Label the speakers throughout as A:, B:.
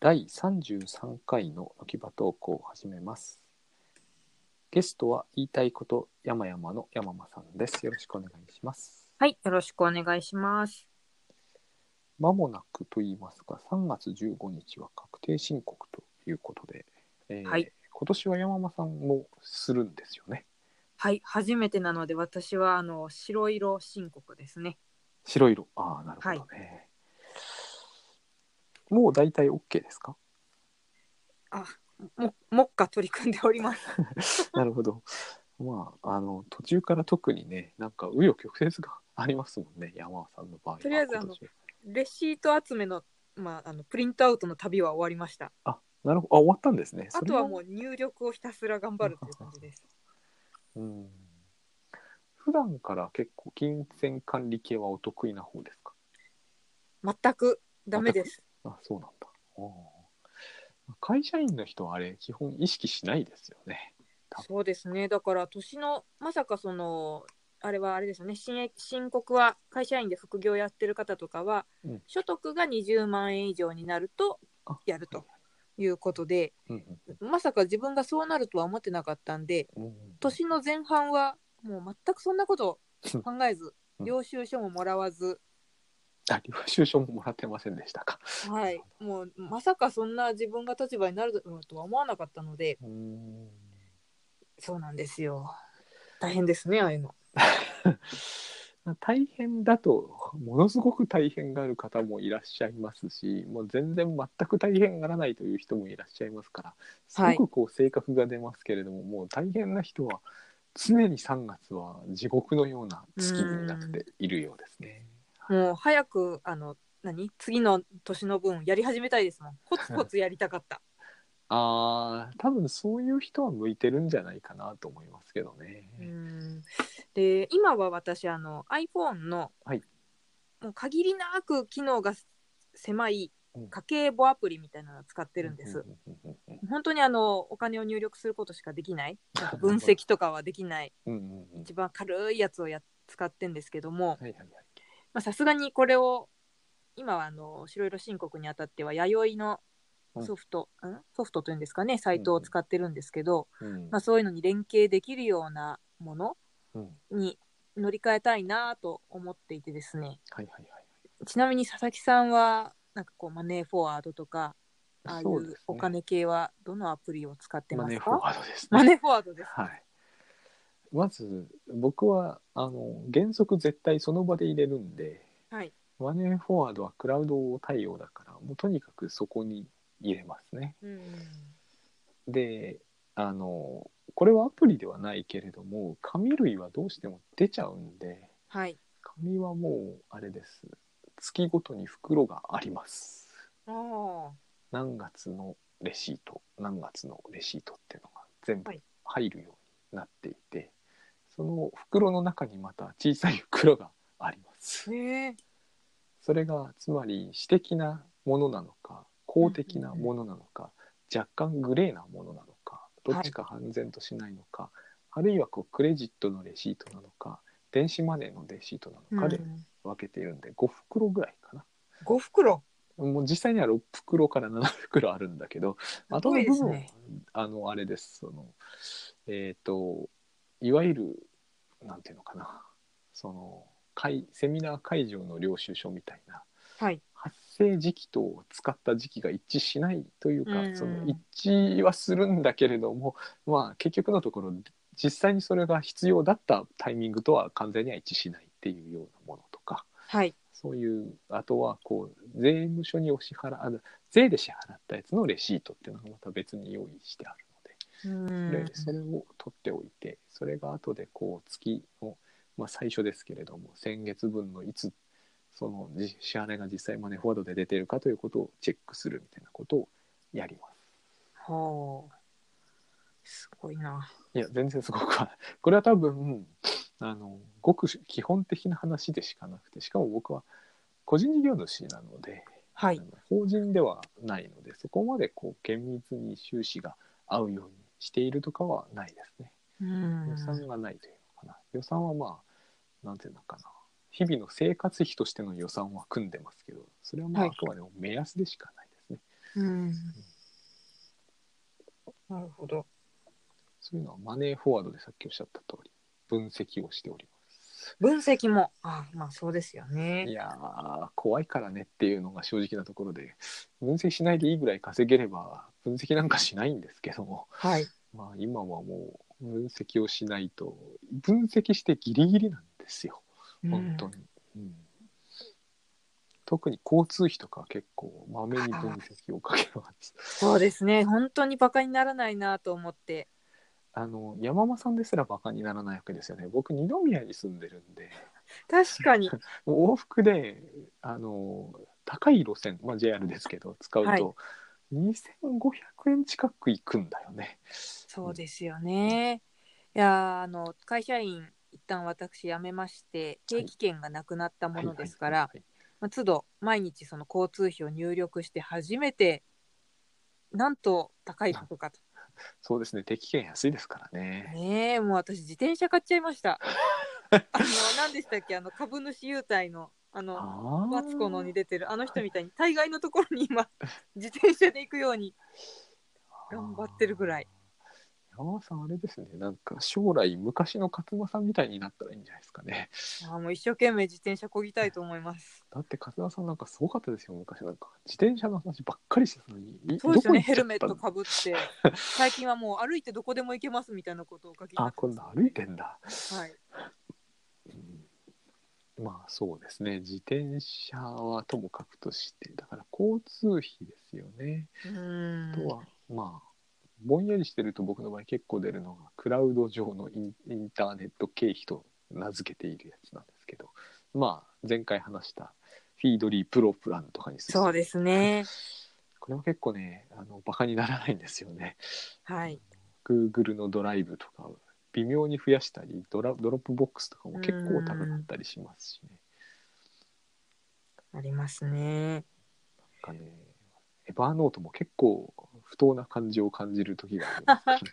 A: 第33回ののきば投稿を始めます。ゲストは言いたいこと山々の山間さんです。よろしくお願いします。
B: はい、よろしくお願いします。
A: まもなくと言いますが、3月15日は確定申告ということで、えー
B: はい
A: 今年は山間さんもするんですよね。
B: はい、初めてなので私はあの白色申告ですね。
A: 白色。ああ、なるほどね。もう大体 OK ですか
B: あ、も目下取り組んでおります。
A: なるほど。まあ、あの途中から特にね、なんか紆余曲折がありますもんね、山間さんの場合は。
B: とりあえずあ
A: 今
B: の
A: 年は
B: レシート集めのまああのプリントアウトの旅は終わりました。
A: あ、なるほど。あ、終わったんですね。
B: あ
A: それ
B: とはもう入力をひたすら頑張るという感じです。
A: う。うん。普段から結構金銭管理系はお得意な方ですか。
B: 全くダメです。
A: あ、そうなんだ。おー会社員の人はあれ基本意識しないですよね。く
B: そうですね。だから年のまさかそのあれはあれですよね。申申告は会社員で副業やってる方とかは、
A: うん
B: 所得が20万円以上になると
A: あ
B: やるということで。
A: うん
B: まさか自分がそうなるとは思ってなかったんで
A: うんうん。
B: 年の前半はもう全くそんなこと考えず
A: うん
B: 領収書ももらわず、
A: あ、領収書ももらってませんでしたか。
B: はい、もうまさかそんな自分が立場になるとは思わなかったので
A: うーん。
B: そうなんですよ大変ですねああいうの
A: 大変だと ものすごく大変がある方もいらっしゃいますしもう全然全く大変がらないという人もいらっしゃいますからす
B: はい
A: ごくこう性格が出ますけれども、もう大変な人は常に3月は地獄のような月になっているようですね。
B: もう早くあの何次の年の分やり始めたいですもんコツコツやりたかった
A: ああ多分そういう人は向いてるんじゃないかなと思いますけどね。
B: うんで今は私あの iPhone の、
A: はい
B: もう限りなく機能が狭い
A: うん
B: 家計簿アプリみたいなのを使ってるんです、
A: うんうんうんうん
B: 本当にあのお金を入力することしかでき ないなんか分析とかはできない
A: うんうんうん
B: 一番軽いやつをや使ってんですけど
A: はい
B: も
A: はいはい
B: まあさすがにこれを今はあの白色申告にあたっては弥生のソフト、ん、ソフトというんですかねサイトを使ってるんですけど、
A: うん
B: まあ、そういうのに連携できるようなもの
A: うん
B: に乗り換えたいなと思っていてですね
A: はいはいはい
B: ちなみに佐々木さんはなんかこうマネーフォワードとかああい
A: そうです
B: う
A: ね
B: お金系はどのアプリを使って
A: マ
B: ま
A: ネ
B: す
A: ーフォ
B: か
A: ワードですね
B: マネーフォワードです
A: はい。まず僕はあの原則絶対その場で入れるんで
B: はい
A: マネーフォワードはクラウド対応だからもうとにかくそこに入れますね。
B: うん
A: であのこれはアプリではないけれども紙類はどうしても出ちゃうんで
B: はい。
A: 紙はもうあれです月ごとに袋があります。
B: ああ。
A: 何月のレシート何月のレシートっていうのが全部入るようになっていて、その袋の中にまた小さい袋があります
B: へえ。
A: それがつまり私的なものなのか公的なものなのか、若干グレーなものなのかどっちか半然としないのか、あるいはこうクレジットのレシートなのか電子マネーのレシートなのかで分けているんで、5袋ぐらいかな
B: 五袋。
A: もう実際には6袋から7袋 あるんだけど、あとの部分
B: すご
A: は、
B: いです
A: あの、あれです、その、えっ、と、いわゆる、なんていうのかな、その、会セミナー会場の領収書みたいな、
B: はい。
A: 発生時期と使った時期が一致しないというか、
B: うん
A: その一致はするんだけれども、まあ、結局のところ、実際にそれが必要だったタイミングとは完全には一致しないっていうようなものとか、
B: はい。
A: そういう、あとは、こう、税務署にお支払あの税で支払ったやつのレシートっていうのがまた別に用意してある
B: う
A: ので、
B: ん
A: でそれを取っておいて、それが後で、こう、月の、まあ、最初ですけれども、先月分のいつ、そのじ支払いが実際マネーフォワードで出てるかということをチェックするみたいなことをやります。
B: ほう。すごいな。
A: いや、全然すごくは、 これは多分、あの、ごく基本的な話でしかなくて、しかも僕は個人事業主なので、
B: は
A: あ。の法人ではないのでそこまでこう厳密に収支が合うようにしているとかはないですね
B: うん
A: 予。算がないというのかな、予算はまあなんていうのかな日々の生活費としての予算は組んでますけどそれはまあ
B: は
A: あ
B: い
A: くまでも目安でしかないですね、
B: うん。なるほど。
A: そういうのはマネーフォワードでさっきおっしゃった通り分析をしております。
B: 分析も、あまあそうですよね
A: い。やー怖いからねっていうのが正直なところで分析しないでいいぐらい稼げれば分析なんかしないんですけども、
B: はい。
A: まあ、今はもう分析をしないと分析してギリギリなんですよ本当に、うん特に交通費とかは結構まめに分析をかけます。
B: そうですね。本当にバカにならないなと思って。
A: あの山間さんですらバカにならないわけですよね僕二宮に住んでるんで
B: 確か に。
A: 往復であの高い路線、まあ、JR ですけど使うと、
B: はい
A: 2500円近く行くんだよね。
B: そうですよね。いやーあの会社員一旦私辞めまして定期券がなくなったものですから、
A: はいはい
B: まあ、都度毎日その交通費を入力して初めてなんと高い額かと。
A: はいそうですね敵券安いですからね。
B: ねえもう私自転車買っちゃいました。あの何でしたっけあの株主優待のあの
A: あー
B: マツコのに出てるあの人みたいに大概のところに今自転車で行くように頑張ってるぐらい。
A: 山間さんあれですねなんか将来昔の勝間さんみたいになったらいいんじゃないですかね。
B: あーもう一生懸命自転車こぎたいと思います。
A: だって勝間さんなんかすごかったですよ昔なんか自転車の話ばっかりしてたのにい
B: そうですよ
A: どこ行
B: ね、ヘル
A: っちゃ
B: メ
A: っ
B: ッ
A: た
B: トかぶって、最近はもう歩いてどこでも行けますみたいなことを書き
A: あ今度歩いてんだ。
B: はい。
A: うんまあそうですね自転車はともかくとしてだから交通費ですよね。
B: うーん
A: あとはまあぼんやりしてると僕の場合結構出るのがクラウド上のインインターネット経費と名付けているやつなんですけどまあ前回話したフィードリープロプランとかにす
B: そうですね。
A: これは結構ねあのバカにならないんですよね。
B: はい。
A: Google のドライブとかを微妙に増やしたりドラドロップボックスとかも結構高かったりしますしね。
B: ありますね。
A: なんかねエバーノートも結構不当な感じを感じる時があり ます、ね、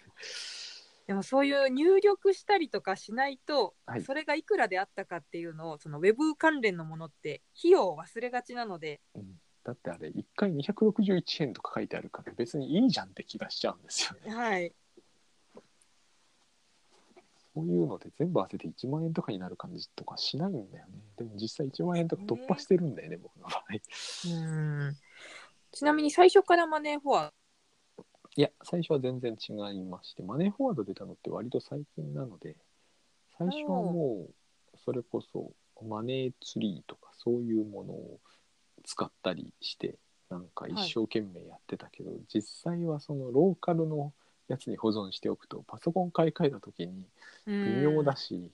B: でもそういう入力したりとかしないと、
A: はい
B: それがいくらであったかっていうのを、そのウェブ関連のものって費用を忘れがちなので、
A: だってあれ1回261円とか書いてあるから別にいいじゃんって気がしちゃうんですよね
B: はい。
A: そういうので全部合わせて1万円とかになる感じとかしないんだよねでも実際1万円とか突破してるんだよね、僕の場合
B: うーん。ちなみに最初からマネーフォワー
A: いや最初は全然違いましてマネーフォワード出たのって割と最近なので最初はもうそれこそマネーツリーとかそういうものを使ったりしてなんか一生懸命やってたけど、実際はそのローカルのやつに保存しておくとパソコン買い替えた時に
B: ド。うーん
A: 微妙だし、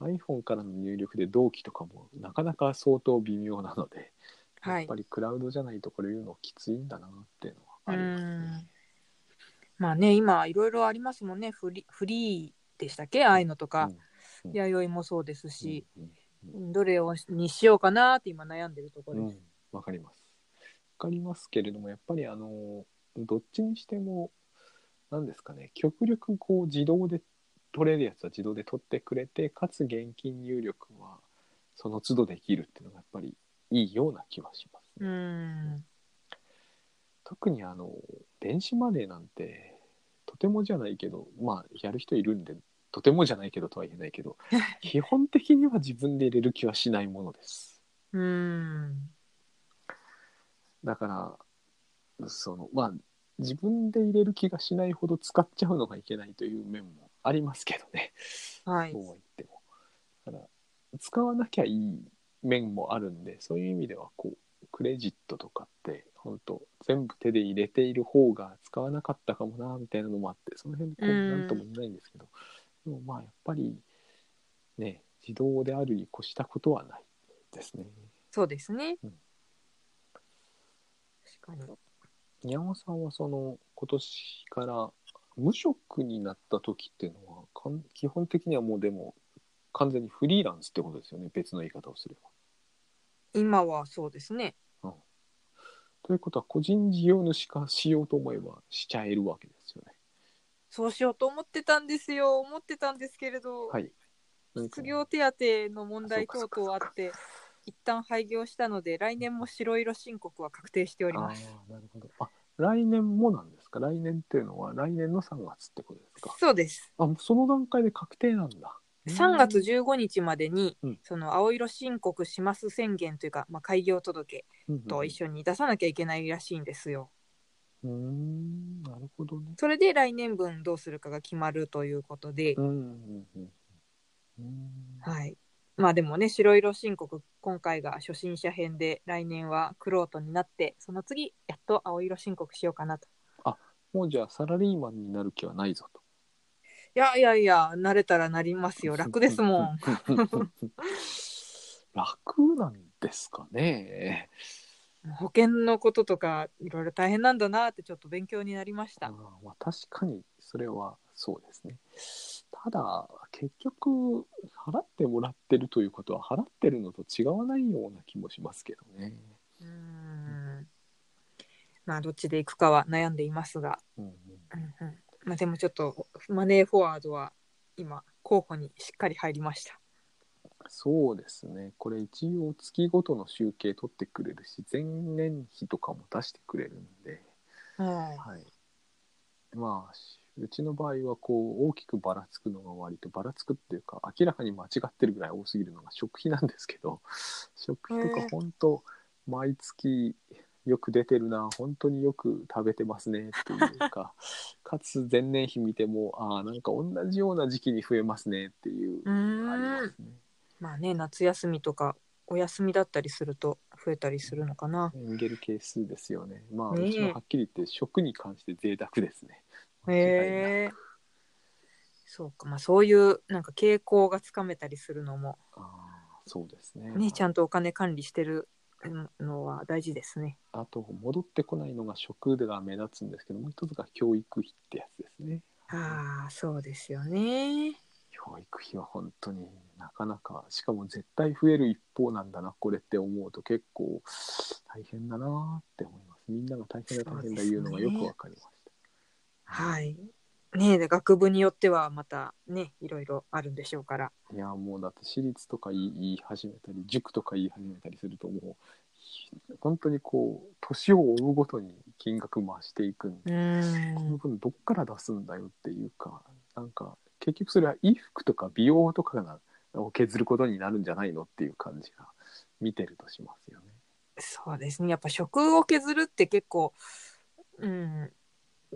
A: iPhone からの入力で同期とかもなかなか相当微妙なので、
B: は
A: やっ
B: い
A: ぱ。りクラウドじゃないとこれ言うのきついんだなっていうのはありますね。
B: まあね、今いろいろありますもんね。フリフリーでしたっけああいうのとか
A: う。んうん
B: 弥生もそうですし、
A: うん
B: どれをにしようかなって今悩んでるとこ
A: う
B: ろ
A: ん
B: です。
A: わ、かります。わかりますけれども、やっぱりあの、どっちにしても、なんですかね、極力こう自動で取れるやつは自動で取ってくれて、かつ現金入力はその都度できるっていうのがやっぱりいいような気はします
B: う
A: ね。
B: ん。
A: 特にあの、電子マネーなんて、とてもじゃないけど、まあ、やる人いるんで、とてもじゃないけどとは言えないけど、基本的には自分で入れる気はしないものです。
B: うん。
A: だからそのまあ自分で入れる気がしないほど使っちゃうのがいけないという面もありますけどね、
B: はい
A: そう。は言ってもだから使わなきゃいい面もあるんでそういう意味ではこうクレジットとかって本当全部手で入れている方が使わなかったかもなみたいなのもあってその辺こう
B: うん
A: なんとも言えないんですけど、でもまあやっぱりね自動であるに越したことはないですね。
B: そうですね
A: うん。
B: 確かに。
A: 宮本さんはその今年から無職になった時っていうのはかん基本的にはもうでも完全にフリーランスってことですよね別の言い方をすれば。
B: 今はそうですね。
A: ということは個人事業主化しようと思えばしちゃえるわけですよね。
B: そうしようと思ってたんですよ。思ってたんですけれど、
A: はい。なんか
B: 失業手当の問題等々あって、一旦廃業したので、来年も白色申告は確定しており
A: あ
B: ます。
A: あなるほど。あ来年もなんですか来年っていうのは来年の3月ってことですか
B: そうです。
A: あその段階で確定なんだ
B: 3月15日までに、
A: うん
B: その青色申告します宣言というか、まあ、開業届と一緒に出さなきゃいけないらしいんですよ。
A: うんうんなるほどね
B: それで来年分どうするかが決まるということで、
A: うんうんうんうん
B: はい。まあでもね、白色申告、今回が初心者編で、来年はクロートになって、その次、やっと青色申告しようかなと。
A: もうじゃあサラリーマンになる気はないぞと
B: いやいやいや、慣れたらなりますよ。楽ですもん。
A: 楽なんですかね
B: 保険のこととか、いろいろ大変なんだなって、ちょっと勉強になりまし
A: あー
B: た。
A: まあ確かにそれはそうですねただ結局払ってもらってるということは払ってるのと違わないような気もしますけどね、
B: うーん。まあ、どっちで行くかは悩んでいますが。
A: うんうん、
B: うんうん、まあ、でもちょっと、マネーフォワードは、今、候補にしっかり入りました。
A: そうですねこれ一応月ごとの集計取ってくれるし前年比とかも出してくれるんで、
B: はい。
A: はい、まあうちの場合はこう大きくばらつくのが割とばらつくっていうか明らかに間違ってるぐらい多すぎるのが食費なんですけど 食費と
B: へ
A: か
B: え
A: 本当毎月よく出てるな本当によく食べてますねっていうか かつ前年比見てもああなんか同じような時期に増えますねっていう
B: う
A: ありま
B: ーん。
A: すね。
B: まあね、夏休みとか、お休みだったりすると、増えたりするのかな。
A: エンゲル係数ですよね。まあ、
B: ねえ
A: うちのはっきり言って食に関して贅沢ですね。
B: へえそうか、まあ、そういうなんか傾向がつかめたりするのも、
A: ああそうですね。
B: ね、ちゃんとお金管理してるうんのは大事ですね。
A: あと戻ってこないのが食が目立つんですけどもう一つが教育費ってやつですね。
B: ああ、そうですよね。
A: 教育費は本当になかなかしかも絶対増える一方なんだなこれって思うと結構大変だなって思います。みんなが大変だ大変だ言うのがよくわかりました。
B: はい。ねで学部によってはまたね、いろいろあるんでしょうから。
A: いやもうだって私立とか言い言い始めたり塾とか言い始めたりするともう本当にこう年を追うごとに金額増していくんで
B: う
A: この
B: ん。
A: 分どっから出すんだよっていうかなんか結局それは衣服とか美容とかがを削ることになるんじゃないのっていう感じが見てるとしますよね。
B: そうですね。やっぱ職を削るって結構、うん、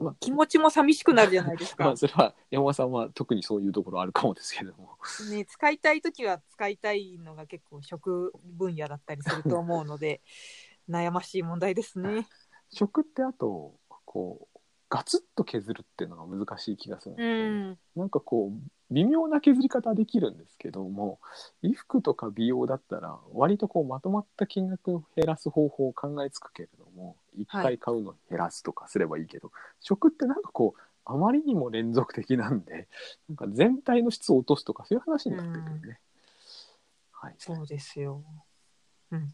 A: まあ
B: 気持ちも寂しくなるじゃないです
A: ま
B: か
A: あ、。それは山尾さんは特にそういうところあるかもですけれども
B: ね、使いたい時は使いたいのが結構食分野だったりすると思うので 悩ましい問題ですね。
A: 食ってあとこうガツッと削るっていうのが難しい気がするんです
B: う
A: よね。
B: ん、
A: なんかこう微妙な削り方はできるんですけども衣服とか美容だったら割とこうまとまった金額を減らす方法を考えつくけれども一
B: は
A: 回
B: い
A: 買うの減らすとかすればいいけど、食ってなんかこうあまりにも連続的なんで なんか全体の質を落とすとかそういう話になってくるね。はい、
B: そうですよ。うんうん、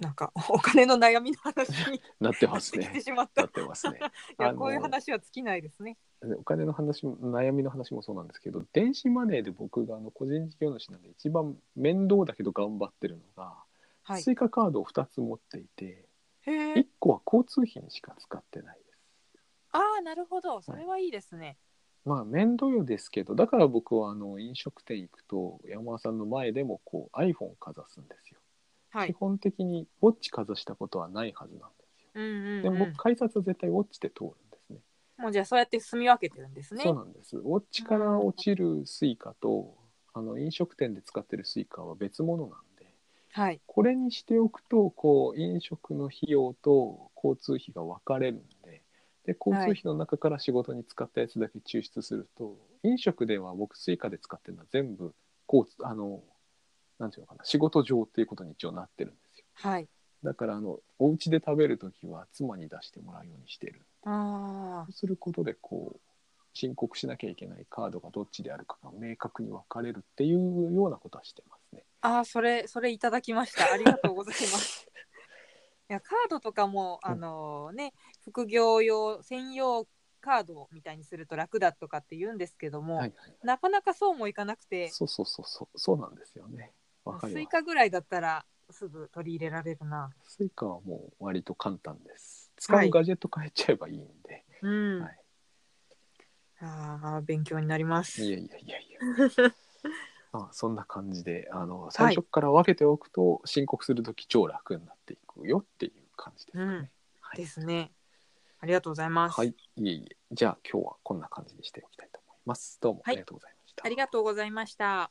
B: なんかお金の悩みの話に
A: なって
B: な
A: ま
B: っ
A: す
B: てきて
A: ね。
B: しまった。
A: ないってますね。あ
B: や
A: の
B: こういう話は尽きないですね。
A: お金の話も悩みの話もそうなんですけど電子マネーで僕があの個人事業主なんで一番面倒だけど頑張ってるのが、
B: はい
A: ス。イカカードを2つ持っていて
B: へ
A: 1
B: え。
A: 個は交通費にしか使ってないです
B: ああなるほど。それはいいですね。
A: まあ面倒よですけどだから僕はあの飲食店行くと山田さんの前でもこう iPhone をかざすんですよ、
B: は
A: 基
B: い。
A: 本的にウォッチかざしたことはないはずなんですよ
B: うんうん、
A: で
B: う
A: も
B: ん
A: 僕。改札は絶対ウォッチで通るんですね
B: もうじゃあそうやって住み分けてるんですね。
A: そうなんです。ウォッチから落ちるスイカと、あの飲食店で使ってるスイカは別物なんで、
B: はい。
A: これにしておくと、こう飲食の費用と交通費が分かれるんで、で交通費の中から仕事に使ったやつだけ抽出すると、飲食では僕スイカで使ってるのは全部交通あのなんていうのかな仕事上っていうことに一応なってるんですよ。
B: はい。
A: だからあのお家で食べるときは妻に出してもらうようにしてる。
B: ああ
A: そうすることでこう申告しなきゃいけないカードがどっちであるかが明確に分かれるっていうようなことはしてますね。
B: ああ、それ、それいただきました。ありがとうござい ます。いや、カードとかも、
A: うん
B: あのね、副業用、専用カードみたいにすると楽だとかって言うんですけども、
A: はいはい、
B: なかなかそうもいかなくて、
A: そうそうそうそうそうなんですよね。わかり
B: ス
A: ま
B: イ
A: す。
B: カぐらいだったらすぐ取り入れられるな。
A: スイカはもう割と簡単です。使うガジェット変えちゃえばいいんで、
B: うん。
A: はい
B: ああ、勉強になります。
A: い、やいやいやいや まあそんな感じであの最初から分けておくと、申告する時超楽になっていくよっていう感じですかね、
B: うん
A: はい
B: ですね。ありがとうございます。
A: はい、いえいえ。じゃあ今日はこんな感じにしておきたいと思います。どうもありがとうございました。
B: ありがとうございました。